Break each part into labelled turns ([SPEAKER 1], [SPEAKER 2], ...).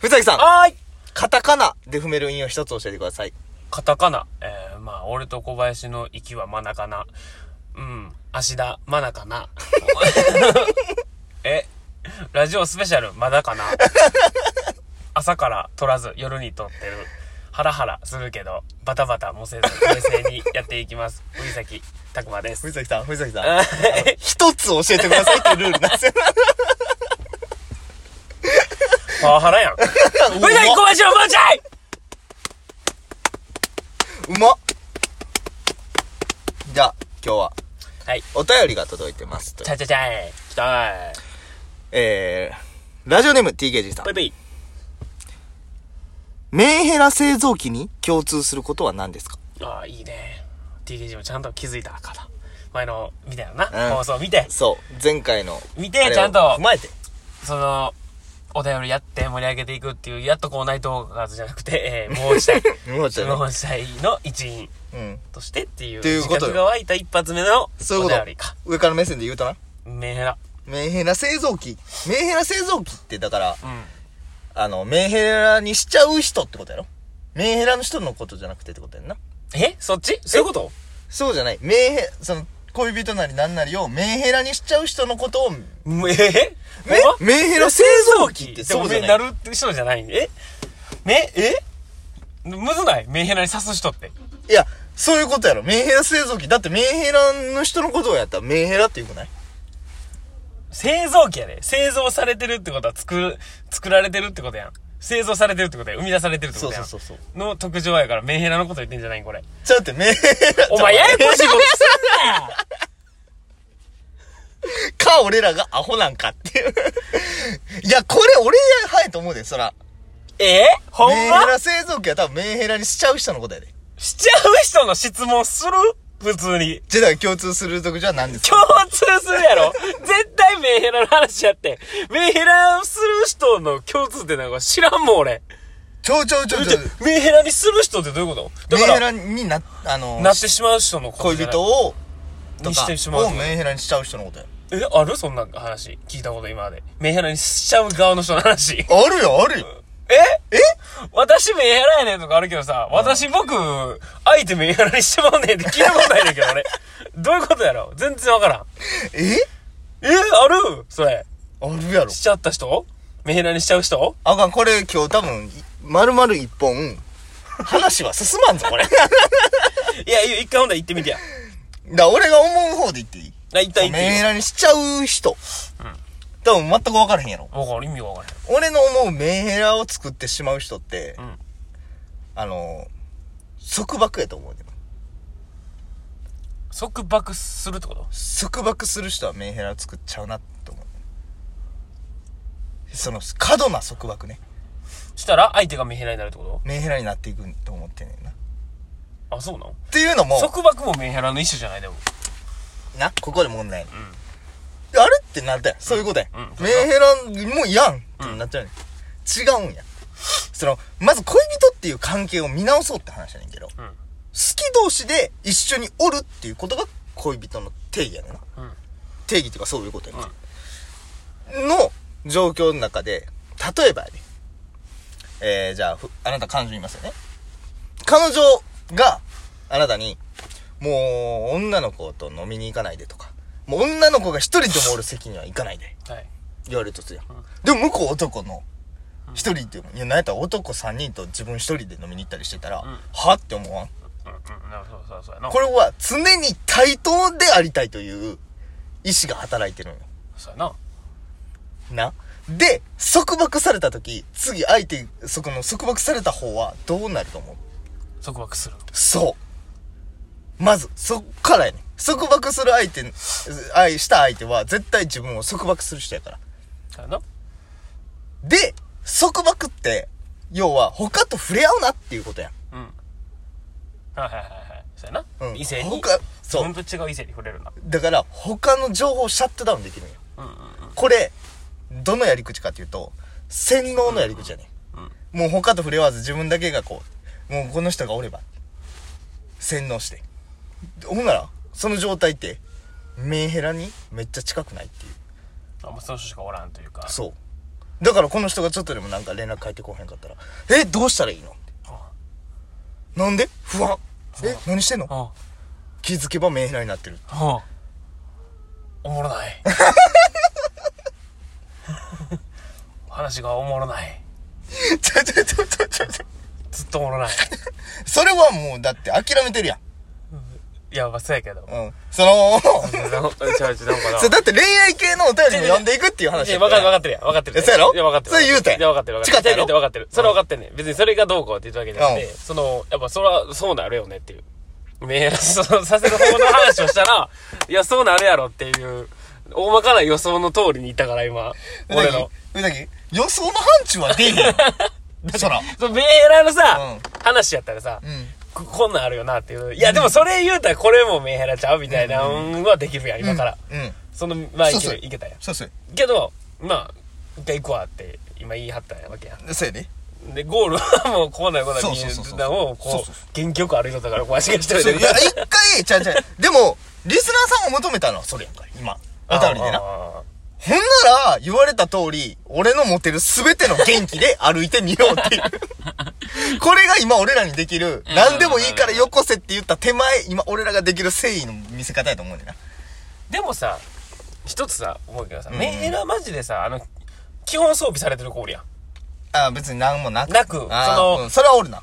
[SPEAKER 1] 藤崎さん、
[SPEAKER 2] はーい。
[SPEAKER 1] カタカナで踏める韻を一つ教えてください。
[SPEAKER 2] カタカナ。えー、まあ、俺と小林の息は真中な。うん。足田、真中 な。え、ラジオスペシャル、まだかな。朝から撮らず、夜に撮ってる。ハラハラするけど、バタバタもせず、冷静にやっていき ます。藤崎拓馬です
[SPEAKER 1] 藤。崎さん、藤崎さん。あの 一つ教えてくださいっていうルールなんですよ。
[SPEAKER 2] パワハラやん。藤崎小林のもうちゃ
[SPEAKER 1] うまっじゃあ、今日は、
[SPEAKER 2] はい。
[SPEAKER 1] お便りが届いてますと
[SPEAKER 2] ち。ゃいちゃいちゃい。来たい。
[SPEAKER 1] えー、ラジオネーム TKG さん
[SPEAKER 2] バイ。バイ。
[SPEAKER 1] メンヘラ製造機に共通することは何ですか
[SPEAKER 2] ああ、いいね。TKG もちゃんと気づいたから。前の、見たよな。
[SPEAKER 1] うん
[SPEAKER 2] 放送見て。
[SPEAKER 1] そう、前回の。
[SPEAKER 2] 見て、ちゃんと
[SPEAKER 1] 踏、まえて。
[SPEAKER 2] その、お便りやって盛り上げていくっていう、やっとこう内藤活じゃなくて、え ー、もう一体。
[SPEAKER 1] もうちょいね
[SPEAKER 2] もう一体の一員
[SPEAKER 1] うん。
[SPEAKER 2] としてっていう。
[SPEAKER 1] っていうことよ
[SPEAKER 2] 自覚が湧いた一発目の、
[SPEAKER 1] そういう
[SPEAKER 2] お
[SPEAKER 1] こと
[SPEAKER 2] 便りか。
[SPEAKER 1] 上から目線で言うとな。
[SPEAKER 2] メンヘラ。
[SPEAKER 1] メンヘラ製造機。メンヘラ製造機って、だから、
[SPEAKER 2] うん。
[SPEAKER 1] あの、メンヘラにしちゃう人ってことやろメンヘラの人のことじゃなくてってことやんな。
[SPEAKER 2] えそっちそういうこと
[SPEAKER 1] そうじゃない。メンヘ、その、恋人なりなんなりをメンヘラにしちゃう人のことを、
[SPEAKER 2] うんええ
[SPEAKER 1] メメンヘラ製造機って
[SPEAKER 2] そ
[SPEAKER 1] そううじ
[SPEAKER 2] じゃ
[SPEAKER 1] ゃ
[SPEAKER 2] な
[SPEAKER 1] ないい
[SPEAKER 2] なるって人じゃないえめ、えむずないメンヘラに刺す人って。
[SPEAKER 1] いや、そういうことやろ。メンヘラ製造機。だってメンヘラの人のことをやったらメンヘラってよくない
[SPEAKER 2] 製造機やで。製造されてるってことは作る、作られてるってことやん。製造されてるってことやん。生み出されてるってこ
[SPEAKER 1] そう
[SPEAKER 2] とや
[SPEAKER 1] そ
[SPEAKER 2] ん。
[SPEAKER 1] うそうそう。
[SPEAKER 2] の特徴やから、メンヘラのこと言ってんじゃないんこれ。
[SPEAKER 1] ちょっと待って、メンヘラ。
[SPEAKER 2] お前、ややこしいことすん なよ
[SPEAKER 1] か、俺らがアホなんかっていう。いや、これ俺や、はいと思うで、そら。
[SPEAKER 2] えほん
[SPEAKER 1] メンヘ
[SPEAKER 2] ま
[SPEAKER 1] ラ製造機は多分メンヘラにしちゃう人のことやで。
[SPEAKER 2] しちゃう人の質問する普通に。
[SPEAKER 1] じゃあ共通する特徴は何ですか
[SPEAKER 2] 共通するやろ絶対メンヘラの話やって。メンヘラする人の共通点なんか知らんもん俺。
[SPEAKER 1] ちょちょちょちょ。
[SPEAKER 2] メンヘラにする人ってどういうこと
[SPEAKER 1] メン
[SPEAKER 2] だか
[SPEAKER 1] ヘ
[SPEAKER 2] ら、
[SPEAKER 1] ラにな、あの、
[SPEAKER 2] なってしまう人のこと
[SPEAKER 1] 恋
[SPEAKER 2] じゃない
[SPEAKER 1] 人を、と
[SPEAKER 2] に
[SPEAKER 1] か
[SPEAKER 2] してしまう
[SPEAKER 1] を
[SPEAKER 2] 人の
[SPEAKER 1] メンヘラにしちゃう人のことや。
[SPEAKER 2] え、あるそんな話。聞いたこと今まで。メンヘラにしちゃう側の人の話。 え
[SPEAKER 1] あるよ、あるよ。
[SPEAKER 2] え私メンヘラやねんとかあるけどさ、私僕、相手メンヘラにしてまうねんって 聞いたことないねんだけど、俺。どういうことやろ全然わからん。
[SPEAKER 1] え
[SPEAKER 2] えあるそれ。
[SPEAKER 1] あるやろ
[SPEAKER 2] し。ちゃった人メンヘラにしちゃう人
[SPEAKER 1] あかん、これ今日多分、丸々一本、話は進まんぞ、こ れ。
[SPEAKER 2] いや、いいよ一回ほんだら行ってみてや。
[SPEAKER 1] だ俺が思う方で言っていい
[SPEAKER 2] な、一旦行って
[SPEAKER 1] メン
[SPEAKER 2] み
[SPEAKER 1] ヘ
[SPEAKER 2] て。
[SPEAKER 1] ラにしちゃう人。多分全く分からへんやろ。
[SPEAKER 2] わかる意味わからへん。
[SPEAKER 1] 俺の思うメンヘラを作ってしまう人って、
[SPEAKER 2] ん
[SPEAKER 1] あの、束縛やと思うねん。
[SPEAKER 2] 束縛するってこと
[SPEAKER 1] 束縛する人はメンヘラを作っちゃうなって思う。その、過度な束縛ね。
[SPEAKER 2] したら、相手がメンヘラになるってこ
[SPEAKER 1] メンヘラになっていくと思ってんねんな。っ
[SPEAKER 2] とあ、そうなの
[SPEAKER 1] ていうのも、
[SPEAKER 2] 束縛もメンヘラの一種じゃないでも。
[SPEAKER 1] な、ここで問題、あれってなったやん。そういうことや、
[SPEAKER 2] うん
[SPEAKER 1] メンヘラもういやんってなっちゃうね、ん。違うんや。その、まず恋人っていう関係を見直そうって話やねんけど、
[SPEAKER 2] ん
[SPEAKER 1] 好き同士で一緒におるっていうことが恋人の定義やねんな。
[SPEAKER 2] うん
[SPEAKER 1] 定義っていうかそういうことやねん。の状況の中で、例えばやね、えー、じゃあ、ふあなた彼女いますよね。彼女があなたに、もう女の子と飲みに行かないでとか、もう女の子が一人でもおる席には行かないで、
[SPEAKER 2] はい。
[SPEAKER 1] 言われるとするやん。でも向こう男の、一人っていう、いや、なんやったら男三人と自分一人で飲みに行ったりしてたら、はって思わん。
[SPEAKER 2] うん、うん、なるほど、そうそうやな。
[SPEAKER 1] これは常に対等でありたいという意志が働いてるのよ。
[SPEAKER 2] そうやな。
[SPEAKER 1] な。で、束縛された時、次相手、そこの束縛された方はどうなると思う
[SPEAKER 2] 束縛する。
[SPEAKER 1] そう。まず、そっからやねん。束縛する相手、愛した相手は絶対自分を束縛する人やから。
[SPEAKER 2] そうやな。
[SPEAKER 1] で、束縛って、要は他と触れ合うなっていうことやん。
[SPEAKER 2] うん。はいはいはいはい。そうやな。
[SPEAKER 1] うん
[SPEAKER 2] 異性に。
[SPEAKER 1] 他
[SPEAKER 2] 自
[SPEAKER 1] そう
[SPEAKER 2] 分と違う異性に触れるな。
[SPEAKER 1] だから他の情報をシャットダウンできるんよ。
[SPEAKER 2] うんうんうん。
[SPEAKER 1] これ、どのやり口かっていうと、洗脳のやり口やね、ん。もう他と触れ合わず自分だけがこう、もうこの人がおれば、洗脳して。ほんなら、その状態って、メンヘラにめっちゃ近くないっていう。
[SPEAKER 2] あ、もうその人しかおらんというか。
[SPEAKER 1] そう。だからこの人がちょっとでもなんか連絡返ってこへんかったら、え、どうしたらいいのって
[SPEAKER 2] あ
[SPEAKER 1] なんで不安。え、何してんの
[SPEAKER 2] あ
[SPEAKER 1] 気づけばメンヘラになってる。
[SPEAKER 2] ああおもろない 話がおもろない
[SPEAKER 1] ちょちょちょちょちょちょ。
[SPEAKER 2] ずっとおもろない
[SPEAKER 1] それはもうだって諦めてるやん。
[SPEAKER 2] いやまあそうやけど
[SPEAKER 1] うん。その、
[SPEAKER 2] ちゃうちゃうなんかな
[SPEAKER 1] それだって恋愛系のお便りも読んでいくっていう話
[SPEAKER 2] い
[SPEAKER 1] や
[SPEAKER 2] や、
[SPEAKER 1] った
[SPEAKER 2] 分
[SPEAKER 1] や
[SPEAKER 2] か
[SPEAKER 1] ん
[SPEAKER 2] る分かってるやん。分かってる。
[SPEAKER 1] そうやろ
[SPEAKER 2] いや、分かってる。
[SPEAKER 1] それ言うてん
[SPEAKER 2] いや、分かってる。分
[SPEAKER 1] 誓
[SPEAKER 2] か
[SPEAKER 1] っ
[SPEAKER 2] ったて
[SPEAKER 1] や
[SPEAKER 2] る。
[SPEAKER 1] ろ
[SPEAKER 2] 分かってる。それは分かってんねん。別にそれがどうこうって言ったわけじゃなくて
[SPEAKER 1] うん、
[SPEAKER 2] その、やっぱそれは、そうなるよねっていう。メール そのさせる方の話をしたら、いや、そうなるやろっていう、大まかな予想の通りにいったから、今。俺の。。
[SPEAKER 1] うなぎ、予想の範疇は 出えへん。そら。
[SPEAKER 2] そのメーラーのさ、
[SPEAKER 1] う
[SPEAKER 2] 話やったらさ、
[SPEAKER 1] うん。
[SPEAKER 2] ここんなんあるよなっていう。いや、でもそれ言うたらこれもメーヘラちゃうみたいなのはできるやん、今から。
[SPEAKER 1] うん。
[SPEAKER 2] その、まあ、い
[SPEAKER 1] そうそう
[SPEAKER 2] けいけたやん。
[SPEAKER 1] そうそう。
[SPEAKER 2] けど、まあ、一回行くわって、今言い張ったわけやん。
[SPEAKER 1] そうやね。
[SPEAKER 2] で、ゴールはもうこうなることは見
[SPEAKER 1] そうそうそうそ
[SPEAKER 2] え
[SPEAKER 1] う
[SPEAKER 2] るのを、
[SPEAKER 1] そう
[SPEAKER 2] こ
[SPEAKER 1] そううそ、
[SPEAKER 2] 元気よく歩いとったから、わしが一人
[SPEAKER 1] そう
[SPEAKER 2] で。
[SPEAKER 1] いや、一回、ちゃうちゃう。でも、リスナーさんが求めたのはそれやんか、今。お便りでな。ほん
[SPEAKER 2] あ
[SPEAKER 1] なら、言われた通り、俺の持ってるすべての元気で歩いてみようって いう。これが今俺らにできる、何でもいいからよこせって言った手前、今俺らができる誠意の見せ方やと思うねんな。
[SPEAKER 2] ー。 でもさ、一つさ、思うけどさ、
[SPEAKER 1] ん
[SPEAKER 2] メンヘラマジでさ、あの、基本装備されてる子おるやん。
[SPEAKER 1] ああ、別に何もなく。
[SPEAKER 2] なく
[SPEAKER 1] あー
[SPEAKER 2] その
[SPEAKER 1] うんそれはおるな。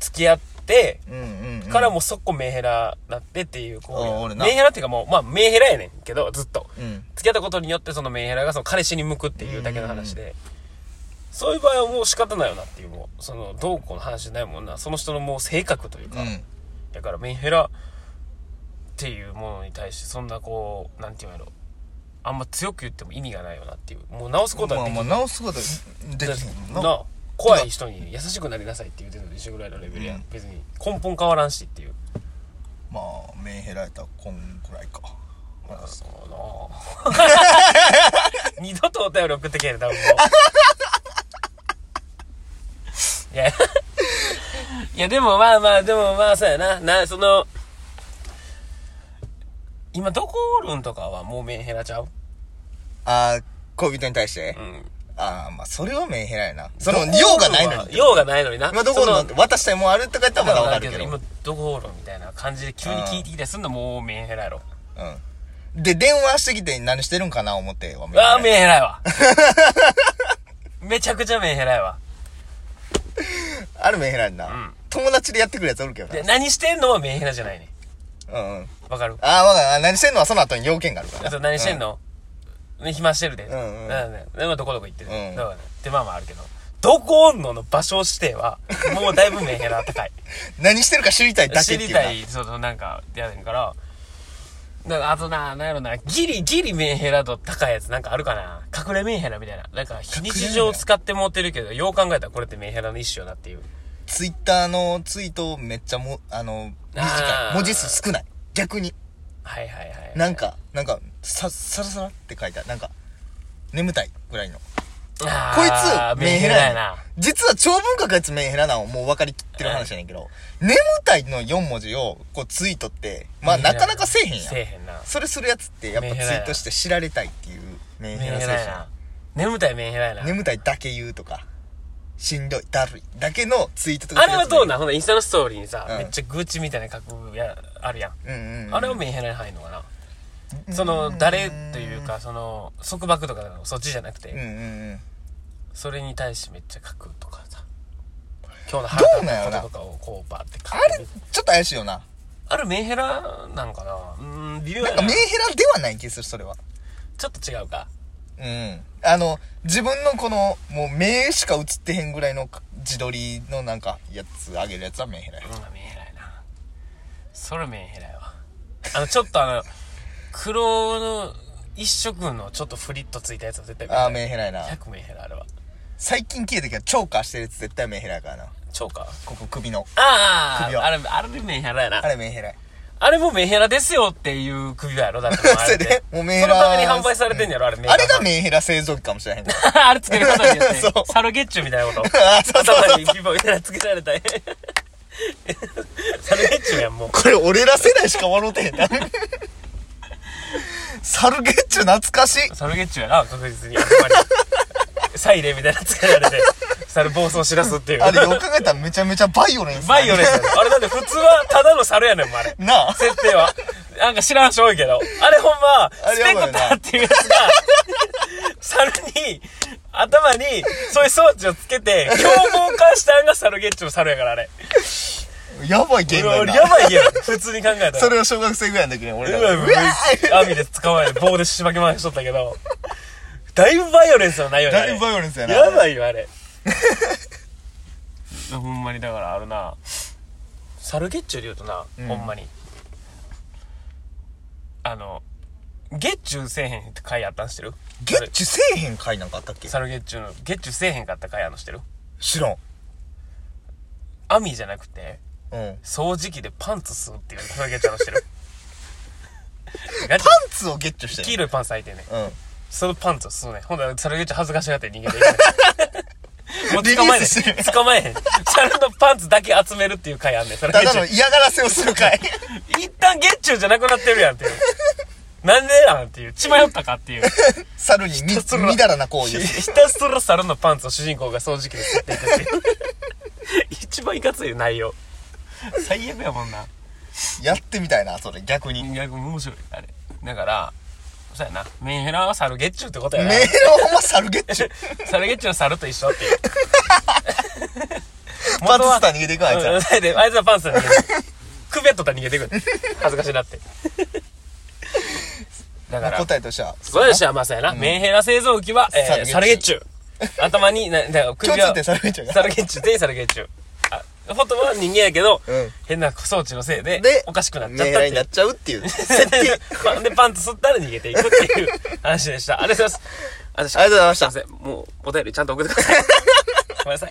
[SPEAKER 2] 付き合って、
[SPEAKER 1] うんうん、うん。
[SPEAKER 2] からもうそこメンヘラなってっていう子おるやん
[SPEAKER 1] あおるな
[SPEAKER 2] メンヘラっていうかもう、まあメンヘラやねんけど、ずっと。
[SPEAKER 1] うん。
[SPEAKER 2] 付き合ったことによってそのメンヘラがその彼氏に向くっていうだけの話で、そういう場合はもう仕方ないよなっていう、もう、その、どうこうの話じゃないもんな。その人のもう性格という
[SPEAKER 1] う
[SPEAKER 2] か、
[SPEAKER 1] ん。
[SPEAKER 2] だからメンヘラっていうものに対してそんなこうなんていうんやろあんま強く言っても意味がないよなっていうもう直すことは
[SPEAKER 1] まあ
[SPEAKER 2] でき
[SPEAKER 1] ま
[SPEAKER 2] な
[SPEAKER 1] あ、
[SPEAKER 2] い、
[SPEAKER 1] 直すことできへんもんな。
[SPEAKER 2] な怖い人に優しくなりなさいって言うてるのと一緒ぐらいのレベルや、
[SPEAKER 1] うん
[SPEAKER 2] ん、別に根本変わらんしっていう
[SPEAKER 1] まあ、メンヘラやったらこんくらいか。まあ
[SPEAKER 2] そう 二度とお便り送ってけえ多分もういやいやでもまあまあでもまあそうやななその今どこおるんとかはもうメンヘラちゃう
[SPEAKER 1] あー、恋人に対して、
[SPEAKER 2] ん
[SPEAKER 1] あー、まあ、それはメンヘラやな。その、用がないのに。
[SPEAKER 2] 用がないのにな
[SPEAKER 1] 今どこ
[SPEAKER 2] そ
[SPEAKER 1] の
[SPEAKER 2] の
[SPEAKER 1] って渡したいもんあるとかやったらまだわかるけど。
[SPEAKER 2] 今どこおるみたいな感じで急に聞いてきたりすんのもうメンヘラやろ
[SPEAKER 1] うん。で、電話してきて何してるんかな思ってはメンヘラや。
[SPEAKER 2] ああメンヘラや わめちゃくちゃメンヘラやわ
[SPEAKER 1] あるメンヘラやな、
[SPEAKER 2] ん
[SPEAKER 1] 友達でやってくるやつおるけどな。
[SPEAKER 2] で何してんのはメンヘラじゃないね
[SPEAKER 1] うんうん。
[SPEAKER 2] わかる
[SPEAKER 1] あー、わかるあ何してんのはその後に要件があるからな。
[SPEAKER 2] そう何してんの、ね暇してるで。
[SPEAKER 1] んうん
[SPEAKER 2] だからねでもどこどこ行ってる。
[SPEAKER 1] うん
[SPEAKER 2] だからね。で、まあまああるけど。どこおんのの場所指定 は、もうだいぶメンヘラ高い。
[SPEAKER 1] 何してるか知りたいだけ
[SPEAKER 2] 知
[SPEAKER 1] ってい
[SPEAKER 2] り
[SPEAKER 1] うな
[SPEAKER 2] たい、そうそう、なんか、やねんから。だからあとな、なんやろな、ギリギリメンヘラ度高いやつなんかあるかな隠れメンヘラみたいな。なんか、非日常を使って持ってるけど、よう考えたらこれってメンヘラの一種よなっていう。
[SPEAKER 1] ツイッターのツイートめっちゃも、あの、短
[SPEAKER 2] あ
[SPEAKER 1] い。
[SPEAKER 2] ー
[SPEAKER 1] 文字数少ない。逆に。
[SPEAKER 2] はいはいはい。
[SPEAKER 1] なんか、なんか、さ、さらさらって書いた。なんか、眠たいぐらいの。こい
[SPEAKER 2] あー、
[SPEAKER 1] つ、
[SPEAKER 2] メ
[SPEAKER 1] メ
[SPEAKER 2] ン
[SPEAKER 1] ンヘ
[SPEAKER 2] ヘラ
[SPEAKER 1] ラ
[SPEAKER 2] や
[SPEAKER 1] や
[SPEAKER 2] な
[SPEAKER 1] な。。実は長文書くやつメンヘラなのもう分かりきってる話やねんけど、眠たいの4文字をこうツイートって、まあ
[SPEAKER 2] メンヘ
[SPEAKER 1] な
[SPEAKER 2] ラ
[SPEAKER 1] かなかせえへん
[SPEAKER 2] せえ
[SPEAKER 1] やん。
[SPEAKER 2] へんな。
[SPEAKER 1] それするやつってやっぱツイートして知られたいっていうメン
[SPEAKER 2] メ
[SPEAKER 1] ヘ
[SPEAKER 2] ン
[SPEAKER 1] ラ
[SPEAKER 2] ヘ
[SPEAKER 1] 精
[SPEAKER 2] ラ
[SPEAKER 1] 神
[SPEAKER 2] やな。眠たいメンヘラやな。
[SPEAKER 1] 眠たいだけ言うとか、しんどい、だるい、だけのツイートとか
[SPEAKER 2] あ
[SPEAKER 1] する
[SPEAKER 2] れ
[SPEAKER 1] やつ
[SPEAKER 2] はどうなんほんなインスタのストーリーにさ、
[SPEAKER 1] うん
[SPEAKER 2] めっちゃ愚痴みたいな書くや、あるやん。
[SPEAKER 1] うんうんうん。
[SPEAKER 2] あれはメンヘラに入るのかな、その、誰というか、その、束縛とかのそっちじゃなくて、
[SPEAKER 1] うんうんうん。
[SPEAKER 2] それに対してめっちゃ書くとかさ。今日の
[SPEAKER 1] どうなんや
[SPEAKER 2] 腹
[SPEAKER 1] ろな
[SPEAKER 2] 立ったこととかをこうバーって書く。
[SPEAKER 1] あれ、ちょっと怪しいよな。
[SPEAKER 2] あれメンヘラなのかなうーん、微妙
[SPEAKER 1] な
[SPEAKER 2] や
[SPEAKER 1] ん
[SPEAKER 2] な
[SPEAKER 1] かメンヘラではない気する、それは。
[SPEAKER 2] ちょっと違うか。
[SPEAKER 1] うん。あの、自分のこの、もう目しか映ってへんぐらいの自撮りのなんか、やつ、あげるやつはメンヘラや
[SPEAKER 2] うん、メンヘラやな。それメンヘラやわ。あの、ちょっとあの、黒の一色のちょっとフリッとついたやつは絶対
[SPEAKER 1] あー、メンヘラやな。
[SPEAKER 2] 100メンヘラあれは。
[SPEAKER 1] 最近消えたけど、チョーカーしてるやつ絶対メンヘラやからな。
[SPEAKER 2] 超か。
[SPEAKER 1] ここ首の。
[SPEAKER 2] あ
[SPEAKER 1] 首
[SPEAKER 2] あ、
[SPEAKER 1] 輪
[SPEAKER 2] あれ、あれメンヘラやな。
[SPEAKER 1] あ
[SPEAKER 2] あれ
[SPEAKER 1] れメンヘラや。
[SPEAKER 2] もメンヘラですよっていう首輪やろ、だってもうあ れっ
[SPEAKER 1] そうや
[SPEAKER 2] て
[SPEAKER 1] ね。もうメンヘラ
[SPEAKER 2] そのために販売されてんやろ、あれメンヘラ。
[SPEAKER 1] あれがメンヘラ製造機かもしれへんから。
[SPEAKER 2] あれつけることによっ
[SPEAKER 1] そう
[SPEAKER 2] て、サルゲッチュみたいなこと。
[SPEAKER 1] あ そう そうそう
[SPEAKER 2] 頭に首輪つけられたい。 サルゲッチュやん、もう。
[SPEAKER 1] これ俺ら世代しか笑うてへんな。サルゲッチュ懐かしい。
[SPEAKER 2] サルゲッチュやな、確実に。やっぱりサイレみたいなつけられて、猿暴走しだすっていう。
[SPEAKER 1] あれよく考えたらめちゃめちゃバイオレンスだ
[SPEAKER 2] バ
[SPEAKER 1] ね
[SPEAKER 2] イオレンスやであれだって普通はただの猿やねんもん、あれ。
[SPEAKER 1] なあ
[SPEAKER 2] 設定は。なんか知らんし多いけど。あれほんま、
[SPEAKER 1] あ
[SPEAKER 2] ス
[SPEAKER 1] れや
[SPEAKER 2] ペ
[SPEAKER 1] ばい
[SPEAKER 2] ク
[SPEAKER 1] な
[SPEAKER 2] ターっていうやつが、猿に、頭に、そういう装置をつけて、凶暴化したんが猿ゲッチの猿やから、あれ。
[SPEAKER 1] やばいゲーム
[SPEAKER 2] 俺、
[SPEAKER 1] やな
[SPEAKER 2] 俺やばいゲーム。普通に考えたら。
[SPEAKER 1] それを小学生ぐらいの時に俺ら
[SPEAKER 2] うわ
[SPEAKER 1] が
[SPEAKER 2] う
[SPEAKER 1] う
[SPEAKER 2] わ
[SPEAKER 1] わ
[SPEAKER 2] 網で捕まえて棒でしばき回しとったけどだいぶバイオレンスの内容やね
[SPEAKER 1] だいぶバイオレンスやな
[SPEAKER 2] やばいよあれ ほんまにだからあるなサルゲッチュで言うとな、
[SPEAKER 1] うん
[SPEAKER 2] ほんまにあのゲッチュせえへんって回あったんしてる
[SPEAKER 1] ゲッチュせえへん回なんかあったっけ
[SPEAKER 2] サルゲッチュのゲッチュせえへんかった回あのしてる
[SPEAKER 1] 知らん
[SPEAKER 2] 網じゃなくて
[SPEAKER 1] うん
[SPEAKER 2] 掃除機でパンツ吸うっていうサルゲッチュのして るガチ
[SPEAKER 1] パンツをゲッチュして
[SPEAKER 2] 黄
[SPEAKER 1] る
[SPEAKER 2] 色いパンツ履いてんねん
[SPEAKER 1] うん
[SPEAKER 2] そのパンツを吸うね。ほんなら、サルゲッチ恥ずかしがって逃げていく。もう
[SPEAKER 1] リリ
[SPEAKER 2] 捕まえ
[SPEAKER 1] ースして
[SPEAKER 2] へん。
[SPEAKER 1] る
[SPEAKER 2] 捕まえへん。チャルのパンツだけ集めるっていう回あんねん。サルゲ
[SPEAKER 1] ただ
[SPEAKER 2] ッ
[SPEAKER 1] の
[SPEAKER 2] チ
[SPEAKER 1] 嫌がらせをする 回
[SPEAKER 2] ュ。一旦ゲッチュじゃなくなってるやんっていう。なんでなんっていう。血迷ったかっていう。
[SPEAKER 1] 猿にみ
[SPEAKER 2] たすら
[SPEAKER 1] みだらな行 為をする
[SPEAKER 2] ひたすら猿のパンツを主人公が掃除機で吸っていくっていう。一番いかつい内容。最悪やもんな。
[SPEAKER 1] やってみたいなそれ逆に
[SPEAKER 2] 人間面白い。あれ。だから、そうやな。メンヘラは猿ゲッチュってことや
[SPEAKER 1] メー
[SPEAKER 2] な。
[SPEAKER 1] ルはほんま猿ゲ ッチュ
[SPEAKER 2] サルゲッチュの猿と一緒 っていう。
[SPEAKER 1] パンツスター逃げていくわあいつ
[SPEAKER 2] うん
[SPEAKER 1] ら
[SPEAKER 2] それで あいつはパンツで逃げてく首やっとったら逃げてくる恥ずかしいなってだから
[SPEAKER 1] 答えとしては
[SPEAKER 2] そうでしょまあそうやな、メンヘラ製造機は、え
[SPEAKER 1] サ
[SPEAKER 2] ー、サ
[SPEAKER 1] ルゲ
[SPEAKER 2] ルゲ
[SPEAKER 1] ッ
[SPEAKER 2] ッ
[SPEAKER 1] チ
[SPEAKER 2] チュ頭になな首
[SPEAKER 1] 共
[SPEAKER 2] は
[SPEAKER 1] 通点サルゲッチュや
[SPEAKER 2] サルゲッチュ全員サルゲッチュあ本当は人間やけど、
[SPEAKER 1] うん
[SPEAKER 2] 変な装置のせいで
[SPEAKER 1] で
[SPEAKER 2] おかしくなっちゃったっ
[SPEAKER 1] メ
[SPEAKER 2] て
[SPEAKER 1] ーラ
[SPEAKER 2] い
[SPEAKER 1] ー
[SPEAKER 2] う
[SPEAKER 1] になっちゃうっていう設定ありがとう
[SPEAKER 2] まあでパンツ吸ったら逃げていくっていう話でしたありがとうございますありがとうございます
[SPEAKER 1] ございました
[SPEAKER 2] すい ませんもうお便りちゃんと送ってくださいごめんなさい